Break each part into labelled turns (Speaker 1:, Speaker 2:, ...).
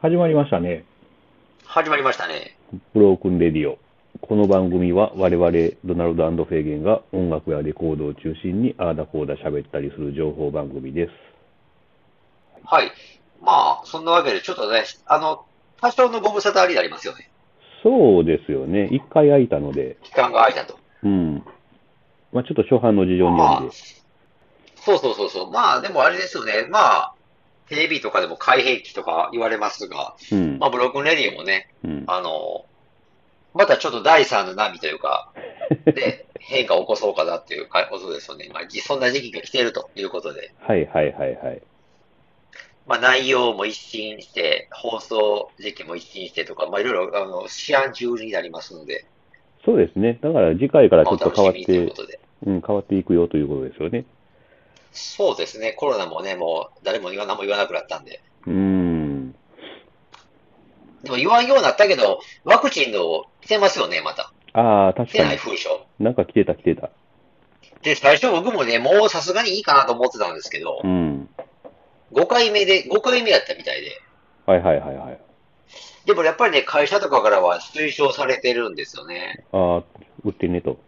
Speaker 1: 始まりましたね。
Speaker 2: 始まりましたね。
Speaker 1: ブロークンレディオ。この番組は我々ドナルドフェーゲンが音楽やレコードを中心にああだこうだ喋ったりする情報番組です。
Speaker 2: はい。まあ、そんなわけで、ちょっとね、あの、多少のご無沙汰になりますよね。
Speaker 1: そうですよね。一回空いたので、
Speaker 2: 期間が空いたと。
Speaker 1: うん。まあちょっと初版の事情によりで。
Speaker 2: そうそうそうそう。まあ、でもあれですよね。まあ、テレビとかでも開閉期とか言われますが、
Speaker 1: うん
Speaker 2: ま。あ、ブロックンレディもね、
Speaker 1: うん。
Speaker 2: あの、またちょっと第三の波というか、で、変化を起こそうかなっていうことですよね。まあ、じそんな時期が来ているということで、
Speaker 1: はいはいはいはい。
Speaker 2: まあ、内容も一新して、放送時期も一新してとか、まあ、いろいろ、あの、試案中になりますので、
Speaker 1: そうですね。だから次回からち
Speaker 2: ま
Speaker 1: ょ
Speaker 2: あお
Speaker 1: っと
Speaker 2: 楽
Speaker 1: 変
Speaker 2: し
Speaker 1: わっ
Speaker 2: みに
Speaker 1: て
Speaker 2: というこ、とで。
Speaker 1: うん、変わっていくよということですよね。
Speaker 2: そうですね、コロナもね、もう誰も言わ何も言わなくなったんで。
Speaker 1: うん。
Speaker 2: でも言わんようになったけど、ワクチンの来てますよね、また。
Speaker 1: ああ、確
Speaker 2: 来て
Speaker 1: か
Speaker 2: ない
Speaker 1: に。
Speaker 2: 風潮。
Speaker 1: なんか来てた来てた。
Speaker 2: で、最初僕もね、もうさすがにいいかなと思ってたんですけど
Speaker 1: う、ん。
Speaker 2: 5回目で、5回目やったみたいで。
Speaker 1: はいはいはいはい。
Speaker 2: でもやっぱりね、会社とかからは推奨されてるんですよね。
Speaker 1: ああ、売ってねと。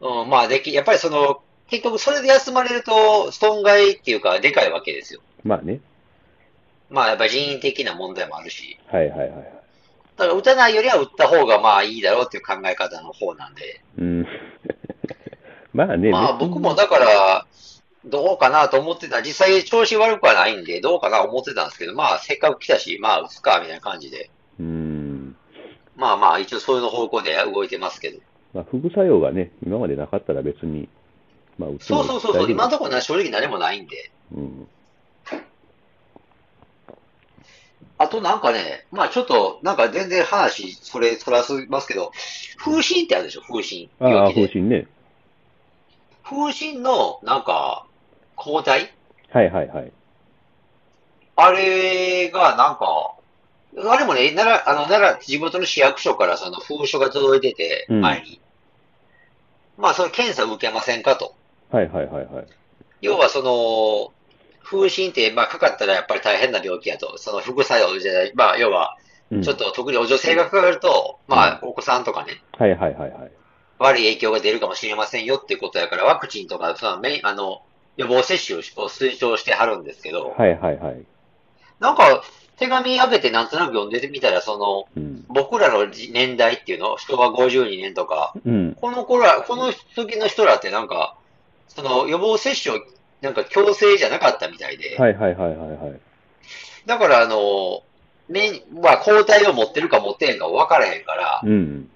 Speaker 2: うん、まあでき、やっぱりその、結局それで休まれると損害っていうか、でかいわけですよ。
Speaker 1: まあね。
Speaker 2: まあやっぱ人員的な問題もあるし。
Speaker 1: はいはいはい。
Speaker 2: だから打たないよりは打った方がまあいいだろうっていう考え方の方なんで。
Speaker 1: うん。 まあね、
Speaker 2: まあ
Speaker 1: 別に
Speaker 2: 僕もだから、どうかなと思ってた。実際調子悪くはないんで、どうかな思ってたんですけど、まあせっかく来たし、まあ打つか、みたいな感じで。
Speaker 1: うん。
Speaker 2: まあまあ一応そういう方向で動いてますけど。
Speaker 1: まあ、副作用がね、今までなかったら別に、まあ、打って
Speaker 2: そ
Speaker 1: も
Speaker 2: うそうそうそう、今の
Speaker 1: だ。
Speaker 2: ところな正直何もないんで。
Speaker 1: うん。
Speaker 2: あとなんかね、まあちょっと、なんか全然話、それ、そらすますけど、風疹ってあるでしょ、風疹。
Speaker 1: ああ、
Speaker 2: 病気
Speaker 1: 方
Speaker 2: で
Speaker 1: 針ね。
Speaker 2: 風疹の、なんか、抗体
Speaker 1: はいはいはい。
Speaker 2: あれがなんか、あれもね、奈良、あの、奈良、地元の市役所からその封書が届いてて、
Speaker 1: うん
Speaker 2: 前に。まあ、その検査を受けませんかと。
Speaker 1: はいはいはいはい。
Speaker 2: 要はその、風疹って、まあ、かかったらやっぱり大変な病気やと。その副作用じゃない、まあ、要は、
Speaker 1: うん
Speaker 2: ちょっと特にお女性がかかると、まあ、お子さんとかね、
Speaker 1: はいはいはいはい。
Speaker 2: 悪い影響が出るかもしれませんよっていうことやから、ワクチンとか、そのメイン、あの、予防接種を推奨してはるんですけど、
Speaker 1: はいはいはい。
Speaker 2: なんか、手紙開けてなんとなく読んでみたら、その、
Speaker 1: うん。
Speaker 2: 僕らのじ年代っていうの、人が52年とか、
Speaker 1: うん。
Speaker 2: この頃は、この時の人らってなんか、その予防接種をなんか強制じゃなかったみたいで、
Speaker 1: はいはいはいはいはい。
Speaker 2: だからあの、免まあ、抗体を持ってるか持ってへんか分からへんから、
Speaker 1: うん。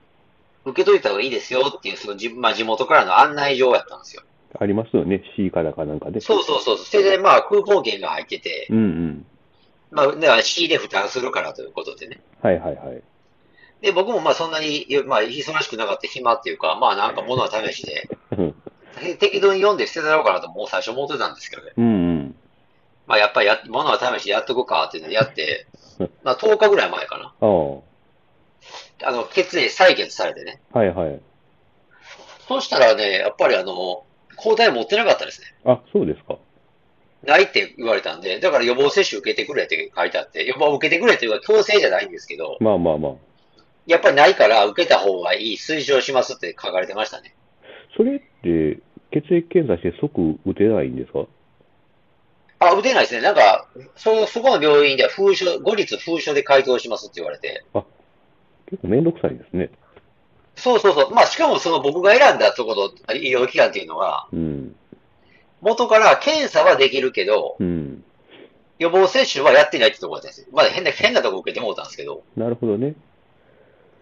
Speaker 2: 受けといた方がいいですよっていう、そのじ、まあ、地元からの案内状やったんですよ。
Speaker 1: ありますよね。C からかなんかで。
Speaker 2: そうそうそう。それでまあ空港券が入ってて、
Speaker 1: うんうん。
Speaker 2: まあ、だから C で負担するからということでね。
Speaker 1: はいはいはい。
Speaker 2: で、僕もまあそんなに、まあ忙しくなかった暇っていうか、まあなんか物は試しで、
Speaker 1: うん
Speaker 2: て適当に読んで捨てたろうかなともう最初思ってたんですけどね。
Speaker 1: うんうん。
Speaker 2: まあやっぱりや、物は試してやっとこうかっていうのをやって、まあ10日ぐらい前か
Speaker 1: ああ。
Speaker 2: な。あの、血液採血されてね。
Speaker 1: はいはい。
Speaker 2: そうしたらね、やっぱりあの、抗体持ってなかったですね。
Speaker 1: あ、そうですか。
Speaker 2: ないって言われたんで、だから予防接種受けてくれって書いてあって、予防受けてくれというか強制じゃないんですけど、
Speaker 1: まあまあまあ。
Speaker 2: やっぱりないから受けた方がいい、推奨しますって書かれてましたね。
Speaker 1: それって、血液検査して即打てないんですか
Speaker 2: あ、打てないですね。なんか、そ、そこの病院では封書、後日封書で回答しますって言われて、
Speaker 1: 結構めんどくさいですね。
Speaker 2: そうそうそう。まあ、しかもその僕が選んだところ、医療機関っていうのは、
Speaker 1: うん。
Speaker 2: 元から検査はできるけど、
Speaker 1: うん。
Speaker 2: 予防接種はやってないってところだったんですよ。まあ、変な、変なとこ受けてもうたんですけど。
Speaker 1: なるほどね。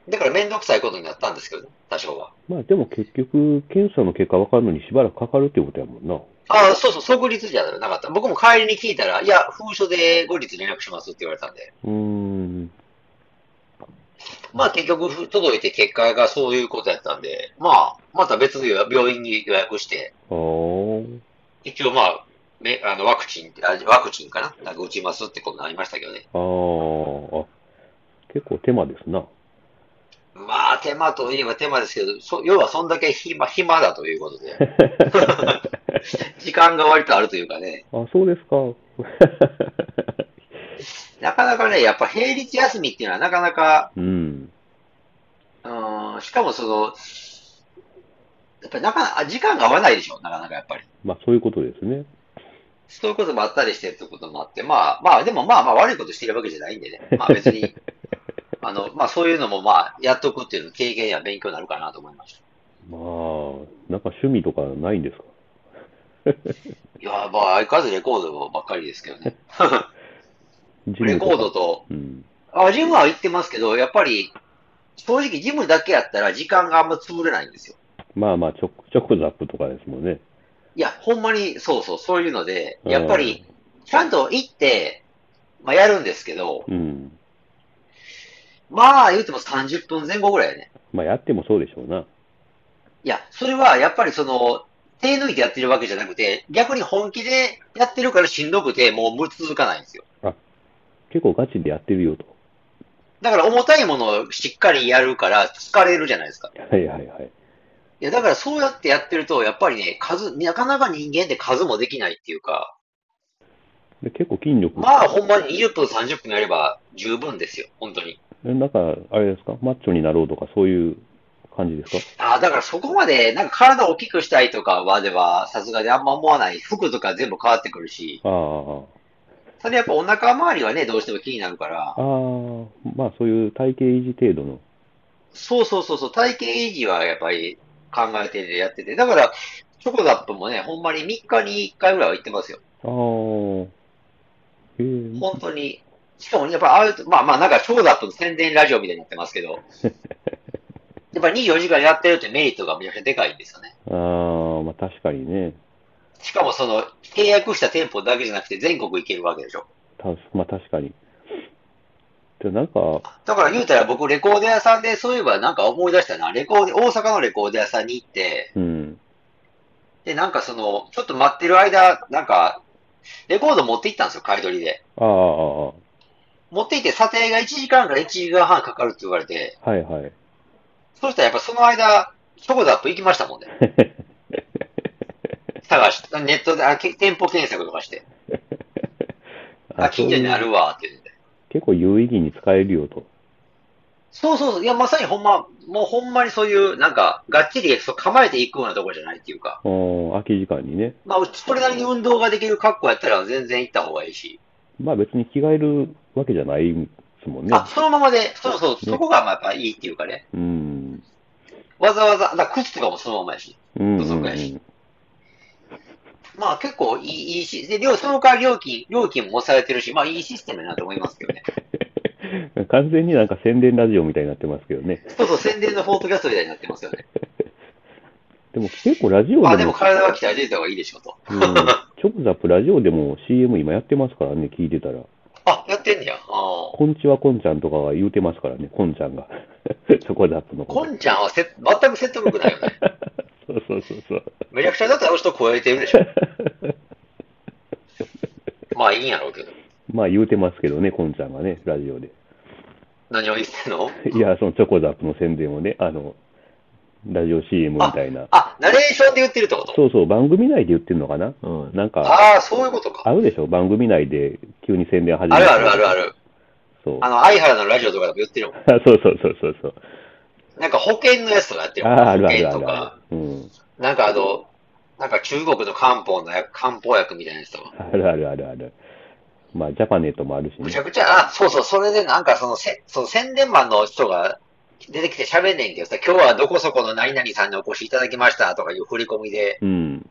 Speaker 2: だからめんどくさいことになったんですけど、多少は。
Speaker 1: まあでも結局、検査の結果分かるのにしばらくかかるってことやもんな。
Speaker 2: ああ、そうそう、即日じゃなかった。僕も帰りに聞いたら、いや、封書で後日連絡しますって言われたんで。
Speaker 1: うーん。
Speaker 2: まあ、結局、ふ届いて結果がそういうことやったんで、まあ、また別の病院に予約して、
Speaker 1: ああ。
Speaker 2: 一応まあ、めあのワクチン、あワクチンかななんか打ちますってことになりましたけどね。
Speaker 1: あーあ。結構手間ですな。
Speaker 2: まあ、手間といえば手間ですけど、そ要はそんだけ暇、暇だということ で。時間が割とあるというかね。
Speaker 1: あ、そうですか。
Speaker 2: なかなかね、やっぱ平日休みっていうのはなかなか、
Speaker 1: うん。
Speaker 2: うん、しかもその、やっぱりなかなか、時間が合わないでしょ、なかなかやっぱり。
Speaker 1: まあ、そういうことですね。
Speaker 2: そういうこともあったりしてってこともあって、まあまあ、でもまあまあ悪いことしてるわけじゃないんでね。まあ別 に、あの、まあそういうのもまあ、やっとくっていうの経験や勉強になるかなと思いました。
Speaker 1: まあ、なんか趣味とかないんですか
Speaker 2: いや、まあ相変わらずレコードばっかりですけどね。
Speaker 1: ジム
Speaker 2: レ
Speaker 1: とか
Speaker 2: コードと、
Speaker 1: うん。
Speaker 2: あ、ジムは行ってますけど、やっぱり、正直ジムだけやったら時間があんま潰れないんですよ。
Speaker 1: まあまあ、ちょくちょくザップとかですもんね。
Speaker 2: いや、ほんまに、そうそう、そういうので、やっぱり、ちゃんと行って、まあやるんですけど、
Speaker 1: うん。
Speaker 2: まあ言うても30分前後ぐらいやね。
Speaker 1: まあ、やってもそうでしょうな。
Speaker 2: いや、それはやっぱりその、手抜いてやってるわけじゃなくて、逆に本気でやってるからしんどくて、もう続かないんですよ。
Speaker 1: 結構ガチでやってる よと。
Speaker 2: だから重たいものをしっかりやるから疲れるじゃないですか。
Speaker 1: はいはいはい。
Speaker 2: いや、だからそうやってやってると、やっぱりね、数、なかなか人間って数もできないっていうか、
Speaker 1: で結構筋力。
Speaker 2: まあほんまに20分30分やれば十分ですよ、本当に。
Speaker 1: えなんか、あれですかマッチョになろうとか、そういう感じですか
Speaker 2: ああ、だからそこまで、なんか体を大きくしたいとかはでは、さすがにあんま思わない。服とか全部変わってくるし、
Speaker 1: ああ、
Speaker 2: それやっぱお腹周りはね、どうしても気になるから
Speaker 1: ああ、、まあそういう体型維持程度の。
Speaker 2: そうそうそうそう、体型維持はやっぱり考えてやってて、だから、チョコザップもね、ほんまに3日に1回ぐらいは行ってますよ。
Speaker 1: ああ、ええ
Speaker 2: 本当に。しかも、やっぱああいうと、まあまあ、なんかチョコザップの宣伝ラジオみたいになってますけど、やっぱ24時間やってるってメリットがめちゃくちゃでかいんですよね。
Speaker 1: ああ、まあ確かにね。
Speaker 2: しかもその、契約した店舗だけじゃなくて全国行けるわけでしょ。
Speaker 1: たまあ確かに。で、なんか、
Speaker 2: だから言うたら僕、レコード屋さんで、そういえばなんか思い出したな。レコード、大阪のレコード屋さんに行って、
Speaker 1: うん。
Speaker 2: で、なんかその、ちょっと待ってる間、なんか、レコード持って行ったんですよ、買い取りで。
Speaker 1: ああ、ああ、
Speaker 2: 持って行って査定が1時間から1時間半かかるって言われて、
Speaker 1: はいはい。
Speaker 2: そうしたらやっぱその間、チョコザップ行きましたもんね。探し、ネットで、あ、け店舗検索とかして、あ、近所にあ
Speaker 1: そういう
Speaker 2: るわ、って言って。
Speaker 1: 結構有意義に使えるよと。
Speaker 2: そうそうそう、いや、まさにほんま、もうほんまにそういう、なんか、がっちりそう構えていくようなところじゃないっていうか、
Speaker 1: うん、空き時間にね。
Speaker 2: まあ、それなりに運動ができる格好やったら全然行った方がいいし、
Speaker 1: まあ別に着替えるわけじゃないですもんね。
Speaker 2: あ、そのままで、そうそう、そこがまあやっぱいいっていうかね、
Speaker 1: うん。
Speaker 2: わざわざ、だから靴とかもそのままやし、
Speaker 1: うん、
Speaker 2: そううん
Speaker 1: う
Speaker 2: かい
Speaker 1: ん。
Speaker 2: まあ結構いいいいし、で、料その代わり料金、料金も抑えてるし、まあいいシステムだなと思いますけどね。
Speaker 1: 完全になんか宣伝ラジオみたいになってますけどね。
Speaker 2: そうそう、宣伝のフォートキャストみたいになってますよね。
Speaker 1: でも結構ラジオ
Speaker 2: まあ
Speaker 1: で
Speaker 2: でも
Speaker 1: も、
Speaker 2: 体は鍛えていた方がいいでしょうと。
Speaker 1: うん、チョコザップラジオでも CM 今やってますからね、聞いてたら。
Speaker 2: あ、やってんねや。ああ。
Speaker 1: こんちはこんちゃんとかが言うてますからね、こんちゃんが。 チョコザップの
Speaker 2: こ
Speaker 1: こと。
Speaker 2: んちゃんはせ全く説得力ないよね。
Speaker 1: そうそうそうそう。
Speaker 2: めちゃくちゃだってあの人超えてるでしょ。 まあいいんやろうけど。
Speaker 1: まあ言うてますけどね、こんちゃんがね、ラジオで。
Speaker 2: 何を言ってんの
Speaker 1: いや、そのチョコザップの宣伝をね、あの、ラジオ CM みたいな。
Speaker 2: あ、ナレーションで言ってるってこと
Speaker 1: そうそう、番組内で言ってるのかなうん。なんか、
Speaker 2: ああ、そういうことか。
Speaker 1: あるでしょ番組内で急に宣伝始め
Speaker 2: あるあるあるあ
Speaker 1: る。
Speaker 2: る。
Speaker 1: そう。
Speaker 2: あの、相原のラジオとかでも言ってるもん。
Speaker 1: あ そうそうそうそうそう。
Speaker 2: なんか保険のやつとかやってる
Speaker 1: あ
Speaker 2: もん。
Speaker 1: あ、あるあ
Speaker 2: 保
Speaker 1: る
Speaker 2: 険
Speaker 1: あ
Speaker 2: と
Speaker 1: る
Speaker 2: か
Speaker 1: あ。る。うん。
Speaker 2: なんかあの、なんか中国の漢方の薬、漢方薬みたいなやつとか。
Speaker 1: あるあるあるある。まあ、ジャパネットもあるし
Speaker 2: む
Speaker 1: ね
Speaker 2: ち。ゃくちゃ、あ、そうそう、それでなんかそのせ、その宣伝マンの人が出てきて喋んねんけどさ、今日はどこそこの何々さんにお越しいただきましたとかいう振り込みで、
Speaker 1: うん。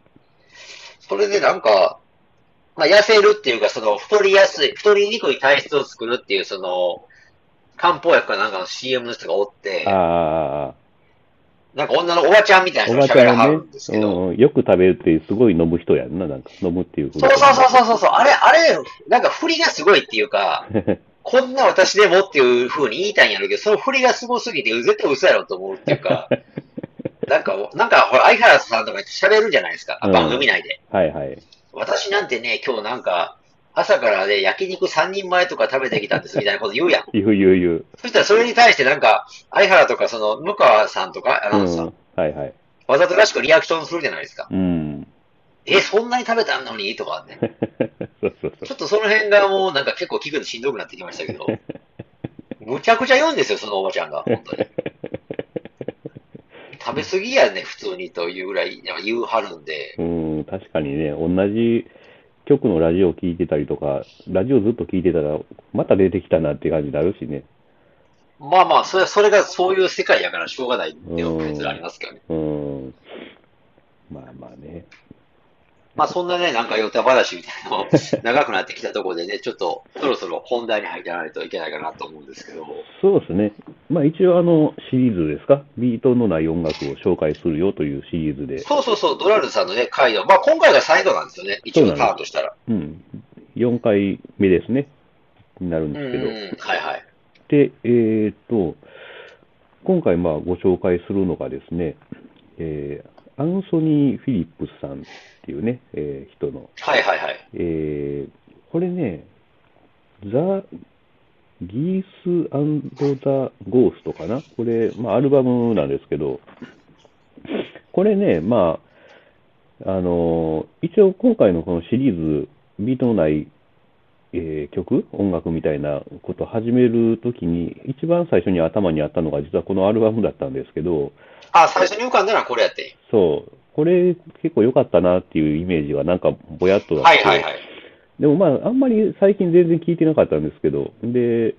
Speaker 2: それでなんか、まあ、痩せるっていうか、その、太りやすい、太りにくい体質を作るっていう、その、漢方薬かなんかの CM の人がおって
Speaker 1: あ、あ、あ
Speaker 2: なんか女のおばちゃんみた
Speaker 1: あ、
Speaker 2: い
Speaker 1: お
Speaker 2: な人
Speaker 1: ば
Speaker 2: が
Speaker 1: ちゃ
Speaker 2: 喋ら
Speaker 1: ん
Speaker 2: は
Speaker 1: はね
Speaker 2: るんです、
Speaker 1: う
Speaker 2: けど、
Speaker 1: んうん、よく食べるってすごい飲む人やんな、なんか、飲むっていうふ
Speaker 2: そうそうそうそうそうそう、あれ、あれ、なんか振りがすごいってい うか、
Speaker 1: う。
Speaker 2: こんな私でもっていう風に言いたいんやろうけど、その振りがすごすぎて、絶対嘘やろと思うっていう か、なんか、なんか、ほら、相原さんとか喋るじゃないですか、
Speaker 1: うん
Speaker 2: 番組内で。
Speaker 1: はいはい。
Speaker 2: 私なんてね、今日なんか、朝からね、焼肉3人前とか食べてきたんですみたいなこと言うやん。
Speaker 1: ゆうゆうゆ
Speaker 2: そしたらそれに対してなんか、相原とか、その、向川さんとか、ア
Speaker 1: う。う
Speaker 2: ナウンサー
Speaker 1: ん。はいはい。
Speaker 2: わざとらしくリアクションするじゃないですか。
Speaker 1: うん。
Speaker 2: え、そんなに食べたのにとかね。
Speaker 1: そうそう
Speaker 2: ちょっとその辺がもうなんか結構聞くのしんどくなってきましたけど、むちゃくちゃ言うんですよ、そのおばちゃんが、本当に。食べ過ぎやね、普通にというぐらい言うはるんで、
Speaker 1: そう。うん、確かにね、同じ局のラジオ聞いてたりとか、ラジオずっと聞いてたら、また出てきたなって感じになるしね。
Speaker 2: まあまあ、それそれがそういう世界やからしょうがないっていうのは別にありますけどね。
Speaker 1: うん。まあまあね。
Speaker 2: まあそんなね、なんか予定話みたいなの も長くなってきたところでね、ちょっとそろそろ本題に入らないといけないかなと思うんですけど、
Speaker 1: そうですね。まあ一応あのシリーズですか。ビートのない音楽を紹介するよというシリーズで。
Speaker 2: そうそうそう、ドラルさんのね、回の、まあ今回が最後なんですよね、一応ターンとしたら。
Speaker 1: うん。4回目ですね。になるん
Speaker 2: う
Speaker 1: で
Speaker 2: ん
Speaker 1: す
Speaker 2: う
Speaker 1: けど。
Speaker 2: ん、はいはい。
Speaker 1: で、えーっと、今回まあご紹介するのがですね、えーアンソニー・フィリップスさんっていうね、えー人の、
Speaker 2: はいはいはい。
Speaker 1: えーこれね、ザ・ギースザ・ゴーストかなこれ、まあ、アルバムなんですけど、これね、まあ、あのー一応今回のこのシリーズ、ビートのない、えー曲、音楽みたいなことを始めるときに、一番最初に頭にあったのが実はこのアルバムだったんですけど、
Speaker 2: あ、最初に浮かんだのはこれやって。
Speaker 1: そう、これ結構良かったなっていうイメージはなんかぼやっとだった
Speaker 2: はいはいはい。
Speaker 1: でもまあ、あんまり最近全然聞いてなかったんですけど、で、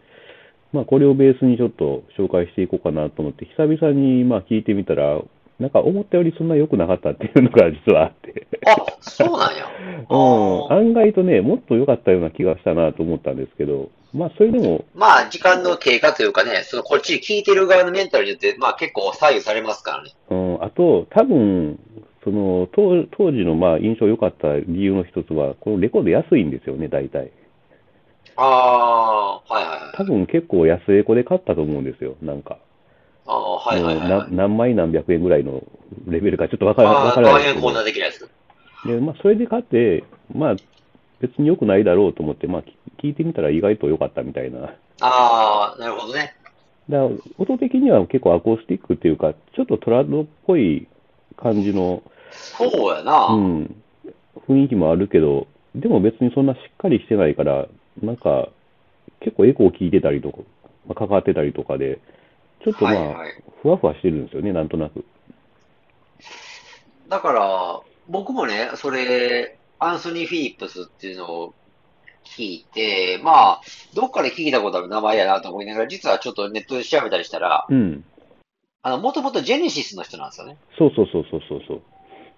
Speaker 1: まあ、これをベースにちょっと紹介していこうかなと思って、久々にまあ聞いてみたら、なんか思ったよりそんな良くなかったっていうのが実はあって、
Speaker 2: あ、 そうなんや。
Speaker 1: うん、
Speaker 2: あー
Speaker 1: 案外とね、もっと良かったような気がしたなと思ったんですけど、まあ、それでも、
Speaker 2: まあ、時間の経過というかね、そのこっち聞いてる側のメンタルによって、まあ結構左右されますからね。
Speaker 1: うん、あと、多分その当当時のまあ印象良かった理由の一つは、このレコード安いんですよね、大体。
Speaker 2: ああ、はいはいはい。
Speaker 1: 多分結構安エコで買ったと思うんですよ、なんか。
Speaker 2: ああ、はいはいはい、はい
Speaker 1: もう。な何枚何百円ぐらいのレベルかちょっとわから
Speaker 2: あ
Speaker 1: わ
Speaker 2: あ、
Speaker 1: からない
Speaker 2: 大
Speaker 1: です
Speaker 2: 変
Speaker 1: け
Speaker 2: こ
Speaker 1: ど
Speaker 2: んなできないです。
Speaker 1: で、まあ、それで買って、まあ、別に良くないだろうと思って、まあ、き聞いてみたら意外と良かったみたいな。だか
Speaker 2: ああ、なるほどね。
Speaker 1: ら音的には結構アコースティックっていうか、ちょっとトラッドっぽい感じの、
Speaker 2: そうやな。
Speaker 1: うん、雰囲気もあるけど、でも別にそんなしっかりしてないから、なんか、結構エコー聞いてたりとか、まあ、かかってたりとかで、ちょっとまあ、
Speaker 2: はいはい。
Speaker 1: ふわふわしてるんですよね、なんとなく。
Speaker 2: だから、僕もね、それ、アンソニー・フィリップスっていうのを聞いて、まあ、どっかで聞いたことある名前やなと思いながら、実はちょっとネットで調べたりしたら、
Speaker 1: うん。
Speaker 2: あの、もともとジェネシスの人なんですよね。
Speaker 1: そうそうそうそうそうそう。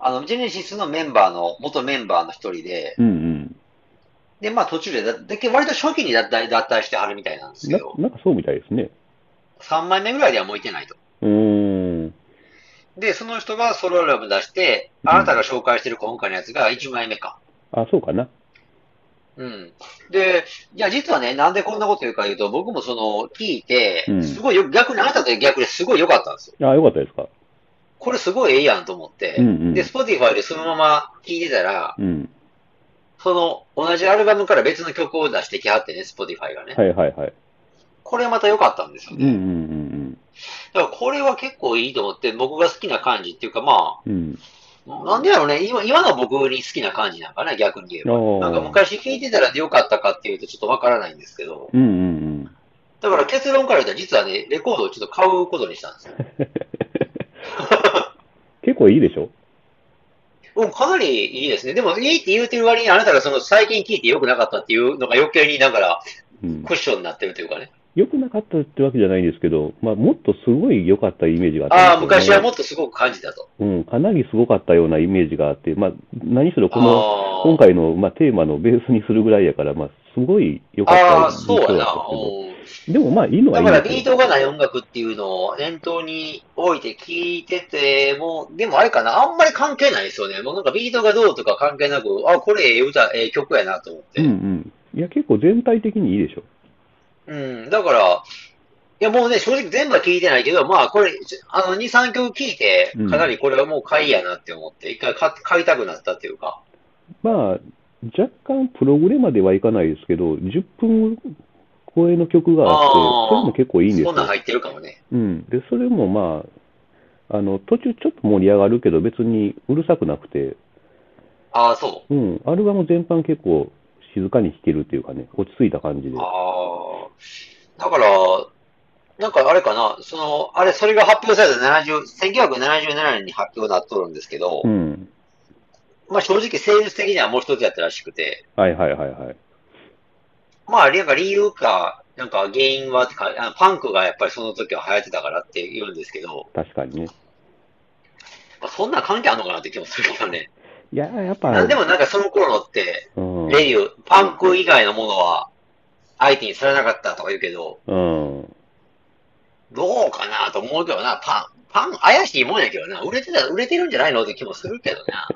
Speaker 2: あの、ジェネシスのメンバーの、元メンバーの一人で、
Speaker 1: うんうん。
Speaker 2: で、まあ途中でだ、だけ割と初期に脱退脱退してはるみたいなんです
Speaker 1: な
Speaker 2: けど、
Speaker 1: なんかそうみたいですね。
Speaker 2: 3枚目ぐらいでは向いてないと。
Speaker 1: うーん。
Speaker 2: で、その人がソロアルバム出して、
Speaker 1: うん
Speaker 2: あなたが紹介してる今回のやつが1枚目か。
Speaker 1: あ、そうかな。
Speaker 2: うん。で、いや、実はね、なんでこんなこと言うか言うと、僕もその、聞いて
Speaker 1: う、ん
Speaker 2: すごいよ、逆に、あなたと逆ですごい良かったんですよ。
Speaker 1: あ、よかったですか。
Speaker 2: これすごいええやんと思って、
Speaker 1: うんうん
Speaker 2: で、Spotify でそのまま聞いてたら、
Speaker 1: うん。
Speaker 2: その、同じアルバムから別の曲を出してきはってね、Spotify がね。
Speaker 1: はいはいはい。
Speaker 2: これまた良かったんですよ
Speaker 1: うんうん
Speaker 2: ね。だからこれは結構いいと思って、僕が好きな感じっていうか、ま
Speaker 1: うんうん。うん。
Speaker 2: あ、なんでやろうね、今、今の僕に好きな感じなんかな、逆に言えば。
Speaker 1: おー
Speaker 2: なんか昔聞いてたら良かったかっていうとちょっとわからないんですけど、
Speaker 1: うんうんうん。
Speaker 2: だから結論から言うと実はね、レコードをちょっと買うことにしたん ですよ。
Speaker 1: 結構いいでしょ
Speaker 2: うん、かなりいいですね。でも、いいって言うてる割にあなたがその最近聞いて良くなかったっていうのが余計にだから
Speaker 1: うん。
Speaker 2: クッションになってるというかね。
Speaker 1: 良くなかったってわけじゃないんですけど、まあ、もっとすごい良かったイメージがあった
Speaker 2: ああ、
Speaker 1: んです
Speaker 2: 昔は
Speaker 1: よね
Speaker 2: もっとすごく感じたと。
Speaker 1: うん、かなりすごかったようなイメージがあって、まあ、何しろこの、
Speaker 2: あー
Speaker 1: 今回の、まあ、テーマのベースにするぐらいやから、まあ、すごい良かった
Speaker 2: ああ、
Speaker 1: 印象
Speaker 2: そう
Speaker 1: だったん
Speaker 2: や
Speaker 1: で
Speaker 2: な。
Speaker 1: すけど
Speaker 2: うん
Speaker 1: でもまあ、いいのは
Speaker 2: だ
Speaker 1: いい
Speaker 2: から
Speaker 1: んで
Speaker 2: ビー
Speaker 1: すよ。
Speaker 2: トがない音楽っていうのを念頭に置いて聞いてても、でもあれかな、あんまり関係ないですよね。もうなんかビートがどうとか関係なく、あ、これええ歌、ええ曲やなと思っ
Speaker 1: う
Speaker 2: て。
Speaker 1: んうん。いや、結構全体的にいいでしょ。
Speaker 2: うん、だから、いやもうね、正直全部は聞いてないけど、まあこれ、あの、2、3曲聞いて、かなりこれはもう買いやなって思って、一回買買いたくなったっていうか。
Speaker 1: まあ、若干プログレまではいかないですけど、10分超えの曲があって
Speaker 2: あー、
Speaker 1: それも結構いいんです
Speaker 2: そ
Speaker 1: よ
Speaker 2: ん。なん入ってるかもね。
Speaker 1: うん。で、それもまあ、あの、途中ちょっと盛り上がるけど、別にうるさくなくて、
Speaker 2: ああ、そ
Speaker 1: うん、アルバム全般結構静かに弾けるっていうかね、落ち着いた感じで
Speaker 2: う。。ああ。だから、なんかあれかな、その、あれ、それが発表された70、1977年に発表になっとるんですけど
Speaker 1: う、ん。
Speaker 2: まあ正直、政術的にはもう一つやったらしくて、
Speaker 1: はいはいはいはい。
Speaker 2: まあ、なんか理由か、なんか原因はってか、あのパンクがやっぱりその時は流行ってたからって言うんですけど、
Speaker 1: 確かにね。
Speaker 2: まあ、そんな関係あるのかなって気もするけどね。
Speaker 1: いやー、やっ
Speaker 2: な
Speaker 1: ぱ
Speaker 2: んで、もなんかその頃って、
Speaker 1: うん。
Speaker 2: レビュー、パンク以外のものは相手にされなかったとか言うけど、
Speaker 1: うん。
Speaker 2: どうかなと思うけどな、パン、パン怪しいもんやけどな、売れてた、売れてるんじゃないのって気もするけど な。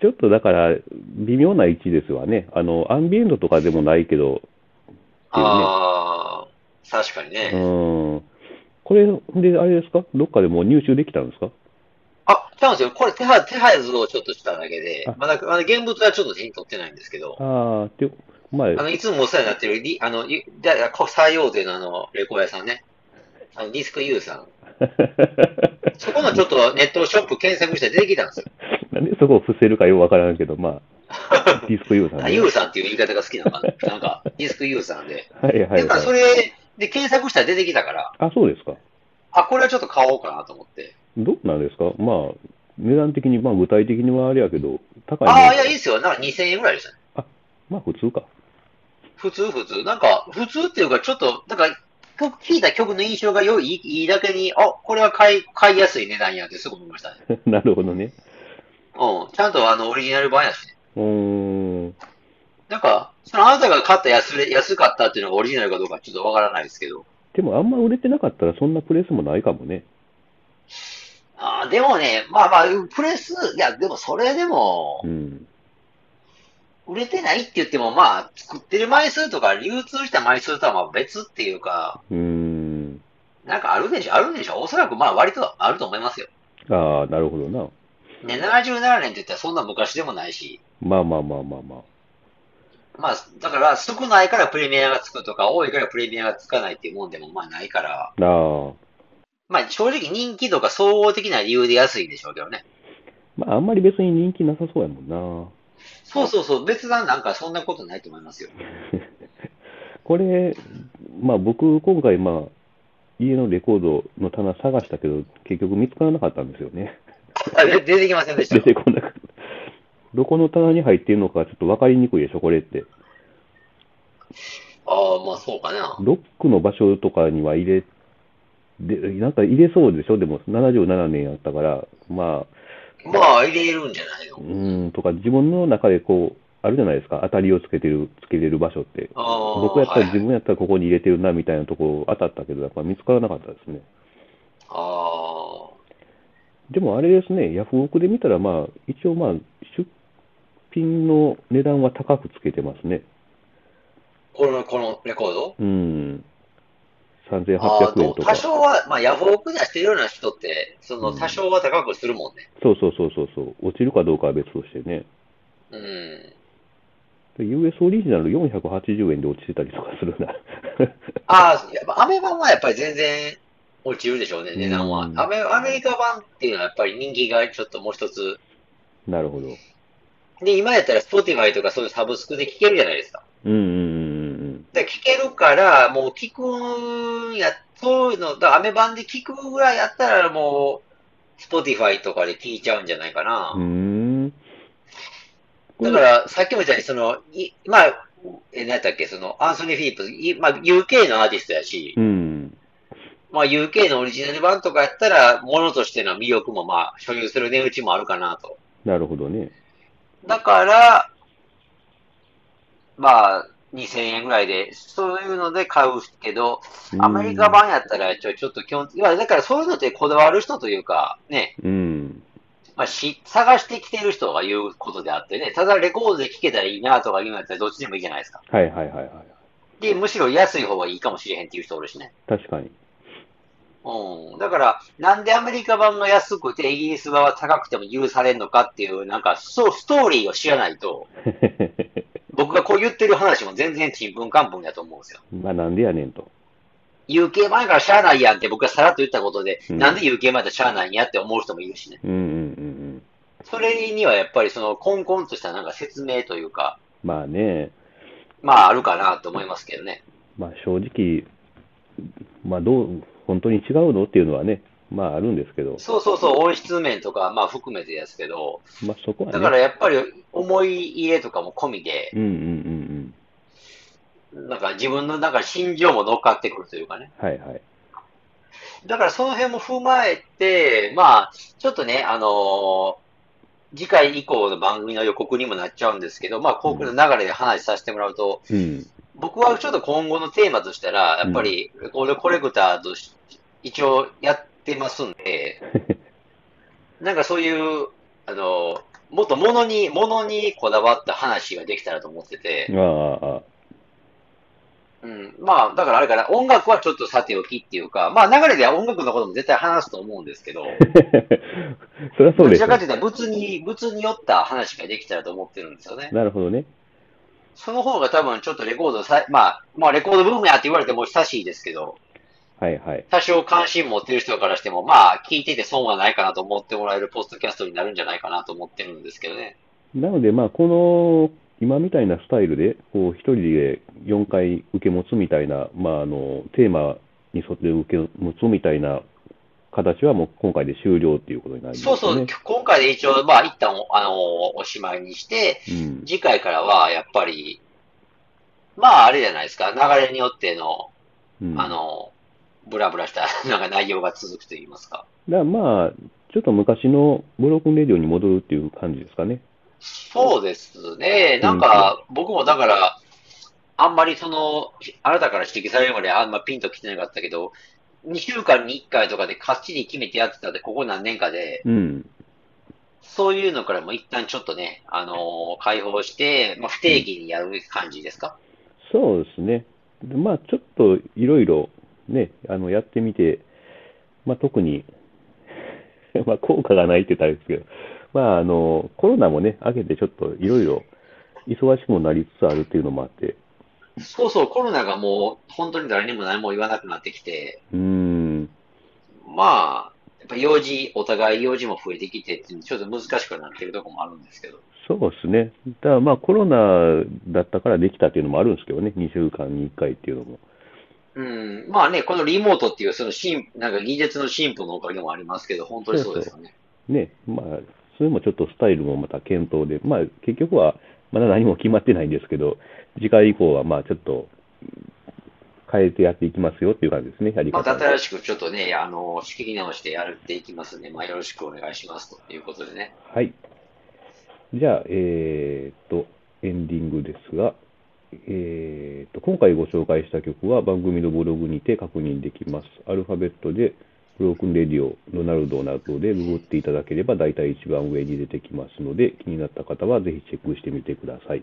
Speaker 1: ちょっとだから、微妙な位置ですわね。あの、アンビエントとかでもないけど、
Speaker 2: ああ、確かに
Speaker 1: う
Speaker 2: ね。
Speaker 1: ん。これ、で、あれですかどっかでもう入手できたんですか
Speaker 2: あ、違うんですよ。これ手配、手配図をちょっとしただけで
Speaker 1: あ、
Speaker 2: まだ、まだ現物はちょっと手に取ってないんですけど、
Speaker 1: ああ、って、まあ、
Speaker 2: あの、いつもお世話になってる、リあの、いだだ国際大手のあの、レコード屋さんね。あの、ディスクユーさん。そこのちょっとネットショップ検索して出てきたんですよ。
Speaker 1: なんでそこを伏せるかよくわからんけど、ま あ、ディスクユーさん、
Speaker 2: あユーさんっていう言い方が好きなのか な。なんか、ディスクユーさんで。
Speaker 1: はいはい
Speaker 2: だか
Speaker 1: は
Speaker 2: らそ
Speaker 1: い。
Speaker 2: れで検索したら出てきたから、
Speaker 1: あ、そうですか。
Speaker 2: あ、これはちょっと買おうかなと思って。
Speaker 1: どうなんですかまあ、値段的に、まあ具体的にはあれやけど、高い
Speaker 2: ああ、
Speaker 1: ね
Speaker 2: いや、いいですよ。なんか2000円ぐらいでしたね。
Speaker 1: まあ普通か。
Speaker 2: 普通、普通。なんか、普通っていうか、ちょっと、なんか、曲、聴いた曲の印象が良い、いいいいだけに、あ、これは買い、買いやすい値段やってすぐ思いましたね。
Speaker 1: なるほどね。
Speaker 2: うん。ちゃんとあの、オリジナル版やしね。
Speaker 1: うーん。
Speaker 2: なんか、そのあなたが買った安れ安かったっていうのがオリジナルかどうかちょっとわからないですけど。
Speaker 1: でもあんま売れてなかったらそんなプレスもないかもね。
Speaker 2: ああ、でもね、まあまあ、プレス、いや、でもそれでも
Speaker 1: う、ん。
Speaker 2: 売れてないって言っても、まあ、作ってる枚数とか流通した枚数とはまあ別っていうか、
Speaker 1: うーん。
Speaker 2: なんかあるでしょ、あるんでしょ。おそらくまあ割とあると思いますよ。
Speaker 1: ああ、なるほどな。
Speaker 2: ね、77年って言ったらそんな昔でもないし、
Speaker 1: まあまあまあまあまあ。
Speaker 2: まあ、だから少ないからプレミアがつくとか、多いからプレミアがつかないっていうもんでもまあないか
Speaker 1: あ
Speaker 2: ら、
Speaker 1: あ。
Speaker 2: まあ正直人気とか総合的な理由で安いんでしょうけどね。
Speaker 1: まああんまり別に人気なさそうやもんな。
Speaker 2: そうそうそう、別段なんかそんなことないと思いますよ。
Speaker 1: これ、まあ僕、今回、まあ、家のレコードの棚探したけど、結局見つからなかったんですよね。
Speaker 2: あで出てきませんでした
Speaker 1: 出。てこなかった。どこの棚に入っているのかちょっと分かりにくいでしょ、これって。
Speaker 2: ああ、まあそうかな。
Speaker 1: ロックの場所とかには入れ、でなんか入れそうでしょ、でも77年やったから、まあ、
Speaker 2: まあ入れるんじゃないうの。
Speaker 1: ーんとか、自分の中でこう、あるじゃないですか、当たりをつけてる、つけれる場所って。
Speaker 2: ああ、
Speaker 1: 僕やったら
Speaker 2: はい
Speaker 1: 自分やったらここに入れてるなみたいなとこ当たったけど、やっぱ見つからなかったですね。
Speaker 2: あ
Speaker 1: でもあれですね、ヤフオクで見たら、まあ、一応まあ、出品の値段は高くつけてますね。
Speaker 2: あ、この、このレコード
Speaker 1: うん。
Speaker 2: ああ、
Speaker 1: 3800
Speaker 2: ど
Speaker 1: 円
Speaker 2: う
Speaker 1: と
Speaker 2: 多
Speaker 1: か。
Speaker 2: 少は、まあヤフオク出してるような人って、その
Speaker 1: うん
Speaker 2: 多少は高くするもんね。
Speaker 1: そうそうそうそうそう。落ちるかどうかは別としてね。
Speaker 2: うん。
Speaker 1: で US オリジナル480円で落ちてたりとかするな。
Speaker 2: ああ、やっぱアメ版はやっぱり全然落ちるでしょうね、値段は
Speaker 1: う。ん
Speaker 2: アメ、アメリカ版っていうのはやっぱり人気がちょっともう一つ。
Speaker 1: なるほど。
Speaker 2: で、今やったら Spotify とかそういうサブスクで聴けるじゃないですか。
Speaker 1: うんうんうん
Speaker 2: で、聞けるから、もう聞くんや、そういうの、だからアメ版で聞くぐらいやったら、もう、Spotify とかで聞いちゃうんじゃないか
Speaker 1: うんう
Speaker 2: な。
Speaker 1: ん。うーん。こ
Speaker 2: だ
Speaker 1: れ
Speaker 2: から、さっきも言ったように、その、いまあ、え、何だっけ、その、アンソニー・フィリップスい、まあ、UK のアーティストやし
Speaker 1: う、ん。
Speaker 2: まあ、UK のオリジナル版とかやったら、ものとしての魅力も、まあ、所有する値打ちもあるかなと。
Speaker 1: なるほどね。
Speaker 2: だから、まあ、2000円ぐらいで、そういうので買うけど、アメリカ版やったらちょ、ちょっと基本、いわゆるだからそういうのってこだわる人というか、ね、
Speaker 1: うん。
Speaker 2: まあし、探してきてる人が言うことであってね、ただレコードで聴けたらいいなとか言うんやったらどっちでもいいじゃないですか。
Speaker 1: はいはいはいはい。
Speaker 2: で、むしろ安い方がいいかもしれへんっていう人おるしね。
Speaker 1: 確かに。
Speaker 2: うん。だから、なんでアメリカ版が安くてイギリス版は高くても許されるのかっていう、なんか、そう、ストーリーを知らないと、僕がこう言ってる話も全然ちんぷんかんぷんだと思うんですよ。
Speaker 1: まあなんでやねんと。
Speaker 2: UK 版やからしゃあないやんって僕がさらっと言ったことで、
Speaker 1: うん
Speaker 2: なんで UK 版やったらしゃあないんやって思う人もいるしね。
Speaker 1: うんうんうんうん。
Speaker 2: それにはやっぱりその、コンコンとしたなんか説明というか、
Speaker 1: まあね、
Speaker 2: まああるかなと思いますけどね。
Speaker 1: まあ正直、まあどう、本当に違うのっていうのはね、まああるんですけど、
Speaker 2: そうそうそう、音質面とか、まあ含めてですけど、
Speaker 1: まあそこはね、
Speaker 2: だからやっぱり思い入れとかも込みで、
Speaker 1: うんうんうん
Speaker 2: なんか自分のなんか心情も乗っかってくるというかね。
Speaker 1: うん。はい はい。
Speaker 2: だからその辺も踏まえて、まあ、ちょっとね、あのー次回以降の番組の予告にもなっちゃうんですけど、まあ、航空の流れで話させてもらうと、
Speaker 1: うん。
Speaker 2: 僕はちょっと今後のテーマとしたら、やっぱり、レコードコレクターとし一応やってますんで、なんかそういう、あのーもっと物に、物にこだわった話ができたらと思ってて、
Speaker 1: ああああ、
Speaker 2: うん、まあ、だからあれかな、音楽はちょっとさておきっていうか、まあ流れでは音楽のことも絶対話すと思うんですけ ど、
Speaker 1: そりゃそう
Speaker 2: ど
Speaker 1: で
Speaker 2: ち
Speaker 1: すよ
Speaker 2: らかというと、物に、物によった話ができたらと思ってるんですよね。
Speaker 1: なるほどね。
Speaker 2: その方が多分ちょっとレコードさ、まあ、まあレコードブームやって言われても親しいですけど、
Speaker 1: はいはい。
Speaker 2: 多少関心持ってる人からしても、まあ、聞いてて損はないかなと思ってもらえるポストキャストになるんじゃないかなと思ってるんですけどね。
Speaker 1: なので、まあ、この、今みたいなスタイルで、こう、一人で4回受け持つみたいな、まあ、あの、テーマに沿って受け持つみたいな形は、もう今回で終了っていうことになります
Speaker 2: そ
Speaker 1: ね。
Speaker 2: うそう、今回で一応、まあ、一旦お、あのおしまいにして、
Speaker 1: うん。
Speaker 2: 次回からは、やっぱり、まあ、あれじゃないですか、流れによっての、
Speaker 1: うん。
Speaker 2: あの、ブラブラした、なんか内容が続くと言いますか。
Speaker 1: だからまあ、ちょっと昔のブロックンレディオに戻るっていう感じですかね。
Speaker 2: そうですね。なんか、僕もだから、あんまりその、あなたから指摘されるまであんまピンと来てなかったけど、2週間に1回とかでかっちり決めてやってたんで、ここ何年かで、
Speaker 1: うん。
Speaker 2: そういうのからも一旦ちょっとね、あのー解放して、まあ、不定期にやる感じですか。
Speaker 1: そうですね。でまあ、ちょっといろいろね、あの、やってみて、まあ、特に、 まあ、効果がないって言ったらあれですけど、まあ、あの、コロナもね、明けてちょっといろいろ忙しくもなりつつあるっていうのもあって、
Speaker 2: そうそう、コロナがもう本当に誰にも何も言わなくなってきて、
Speaker 1: うーん、
Speaker 2: まあ、やっぱ用事、お互い用事も増えてきてっていうのでちょっと難しくなってるとこもあるんですけど。
Speaker 1: そうですね。だからまあ、コロナだったからできたっていうのもあるんですけどね、2週間に1回っていうのも。
Speaker 2: うん、まあね、このリモートっていう、その進、なんか技術の進歩のおかげもありますけど、本当にそうですよね。
Speaker 1: ね、まあ、それもちょっとスタイルもまた検討で、まあ、結局はまだ何も決まってないんですけど、次回以降はまあちょっと変えてやっていきますよっていう感じですね、やり
Speaker 2: ま
Speaker 1: 方
Speaker 2: た
Speaker 1: を。
Speaker 2: 新しくちょっとね、あの、仕切り直してやるっていきますんで、まあよろしくお願いしますということでね。
Speaker 1: はい。じゃあ、えーっと、エンディングですが、えーっと、今回ご紹介した曲は番組のブログにて確認できます。アルファベットで、ブロークンレディオ、ロナルドなどでググっていただければ、大体一番上に出てきますので、気になった方はぜひチェックしてみてください。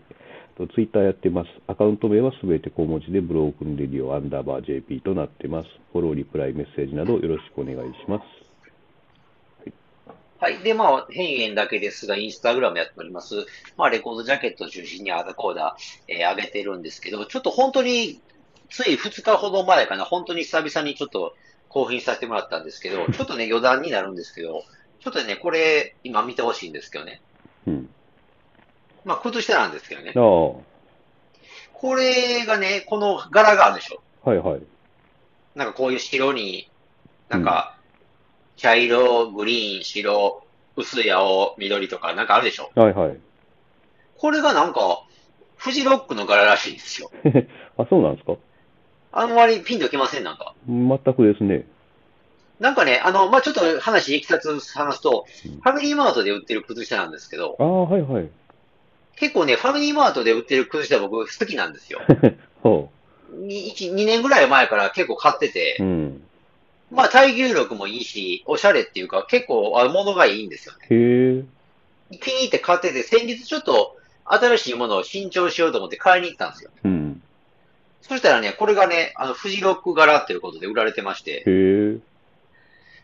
Speaker 1: とツイッターやってます。アカウント名はすべて小文字で、ブロークンレディオアンダーバー JP となってます。フォロー、リプライ、メッセージなどよろしくお願いします。
Speaker 2: はい。で、まあ、変円だけですが、インスタグラムやっております。まあ、レコードジャケットを中心にアーダコーダー、えー上げてるんですけど、ちょっと本当に、つい2日ほど前かな、本当に久々にちょっと、興奮させてもらったんですけ ど、ちょっとね、余談になるんですけど、ちょっとね、これ、今見てほしいんですけどね。
Speaker 1: うん。
Speaker 2: まあ、靴下なんですけどね
Speaker 1: あ。あ、は
Speaker 2: これがね、この柄があるでしょ。
Speaker 1: いはい。
Speaker 2: なんかこういう白に、なんか、茶色、グリーン、白、薄い青、緑とか、なんかあるでしょ。
Speaker 1: はいはい。
Speaker 2: これがなんか、フジロックの柄らしいんですよ。
Speaker 1: あ、そうなんですか
Speaker 2: あんまりピンときません、なんか。
Speaker 1: 全くですね。
Speaker 2: なんかね、あの、まあ、ちょっと話、いきさつ話すと、
Speaker 1: うん
Speaker 2: ファミリーマートで売ってる靴下なんですけど、
Speaker 1: ああ、はいはい。
Speaker 2: 結構ね、ファミリーマートで売ってる靴下僕好きなんですよ。
Speaker 1: ほ
Speaker 2: に1、2年ぐらい前から結構買ってて
Speaker 1: う。う、ん。
Speaker 2: まあ、耐久力もいいし、おしゃれっていうか、結構、あ物がいいんですよね。
Speaker 1: へえ。
Speaker 2: 気に入って買ってて、先日ちょっと、新しいものを新調しようと思って買いに行ったんですよ。
Speaker 1: うん。
Speaker 2: そしたらね、これがね、あの、フジロック柄ということで売られてまして、
Speaker 1: へえ。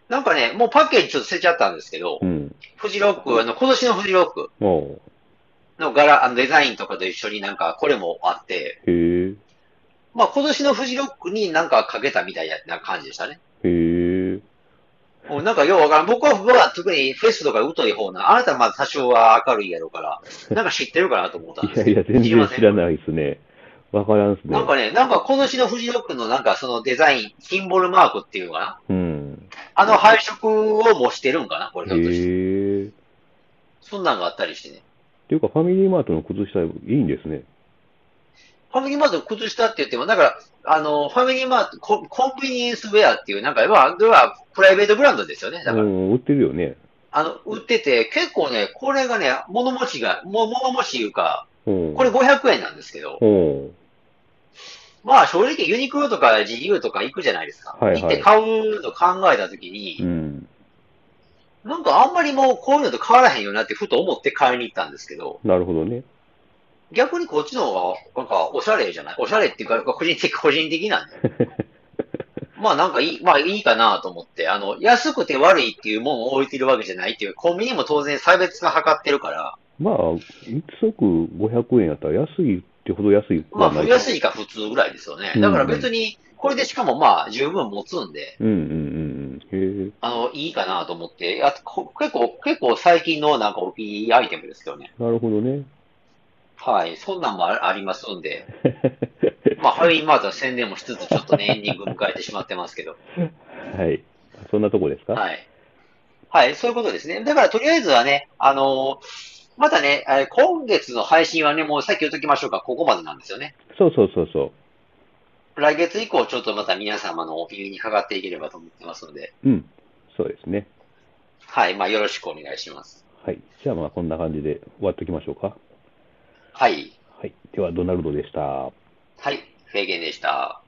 Speaker 2: なんかね、もうパッケージちょっと捨てちゃったんですけど
Speaker 1: う、ん。
Speaker 2: フジロック、あの、今年のフジロック
Speaker 1: ああ。
Speaker 2: の柄、あの、デザインとかと一緒になんか、これもあって、
Speaker 1: へえ。
Speaker 2: まあ、今年のフジロックになんかかけたみたいな感じでしたね。
Speaker 1: へえ。
Speaker 2: おなんかようわからん。僕は、僕は特にフェスとか疎い方な。あなたはまだ多少は明るいやろうから、なんか知ってるかなと思ったんで
Speaker 1: いや
Speaker 2: す
Speaker 1: いや、全然知ら
Speaker 2: い。
Speaker 1: ないですね。わからんっすね。
Speaker 2: なんかね、なんか今年のフジロックのなんかそのデザイン、シンボルマークっていうのかな
Speaker 1: うん。
Speaker 2: あの配色をもしてるんかなこ
Speaker 1: へ
Speaker 2: れひょっとして。
Speaker 1: え。っ
Speaker 2: そんなんがあったりしてね。
Speaker 1: ていうか、ファミリーマートの靴下、いいんですね。
Speaker 2: ファミリーマートの靴下って言っても、だから、あの、ファミリーマート、ココンビニエンスウェアっていう、なんか、まあ、要はプライベートブランドですよね。だ
Speaker 1: う
Speaker 2: から、
Speaker 1: ん、売ってるよね。
Speaker 2: あの、売ってて、結構ね、これがね、物持ちが、も物持ちいうか、
Speaker 1: うん。
Speaker 2: これ500円なんですけど、
Speaker 1: うん。
Speaker 2: まあ正直ユニクロとか GU とか行くじゃないですか。
Speaker 1: はいはい
Speaker 2: 行って買うの考えたとき
Speaker 1: う
Speaker 2: に、
Speaker 1: ん。
Speaker 2: なんかあんまりもうこういうのと変わらへんよなってふと思って買いに行ったんですけど、
Speaker 1: なるほどね。
Speaker 2: 逆にこっちの方が、なんか、おしゃれじゃないおしゃれっていうか、個人的、個人的なんで。まあなんかいい、まあいいかなと思って、あの、安くて悪いっていうもんを置いてるわけじゃないっていう、コンビニも当然差別が測ってるから、
Speaker 1: まあ、一足500円やったら安いってほど安い
Speaker 2: まあ安
Speaker 1: い。
Speaker 2: いか普通ぐらいですよね。だから別に、これでしかもまあ十分持つんで、
Speaker 1: うんうんうんうん。へえ。
Speaker 2: あの、いいかなと思って、あとこ結構、結構最近のなんかお気に入りアイテムですよね。
Speaker 1: なるほどね。
Speaker 2: はい、そんなんもあありますんで、まあ、ハリーマートの宣伝もしつつ、ちょっとね、エンディング迎えてしまってますけど。
Speaker 1: はい。そんなとこですか
Speaker 2: はい。はい、そういうことですね。だから、とりあえずはね、あのーまたね、えー今月の配信はね、もうさっき言っときましょうか、ここまでなんですよね。
Speaker 1: そうそうそうそ
Speaker 2: 来月以降、ちょっとまた皆様のお耳にかかっていければと思ってますので、
Speaker 1: う。うん。そうですね。
Speaker 2: はい、まあ、よろしくお願いします。
Speaker 1: はい。じゃあまあ、こんな感じで終わっておきましょうか。
Speaker 2: はい、
Speaker 1: はい。では、ドナルドでした。
Speaker 2: はい、フェーゲンでした。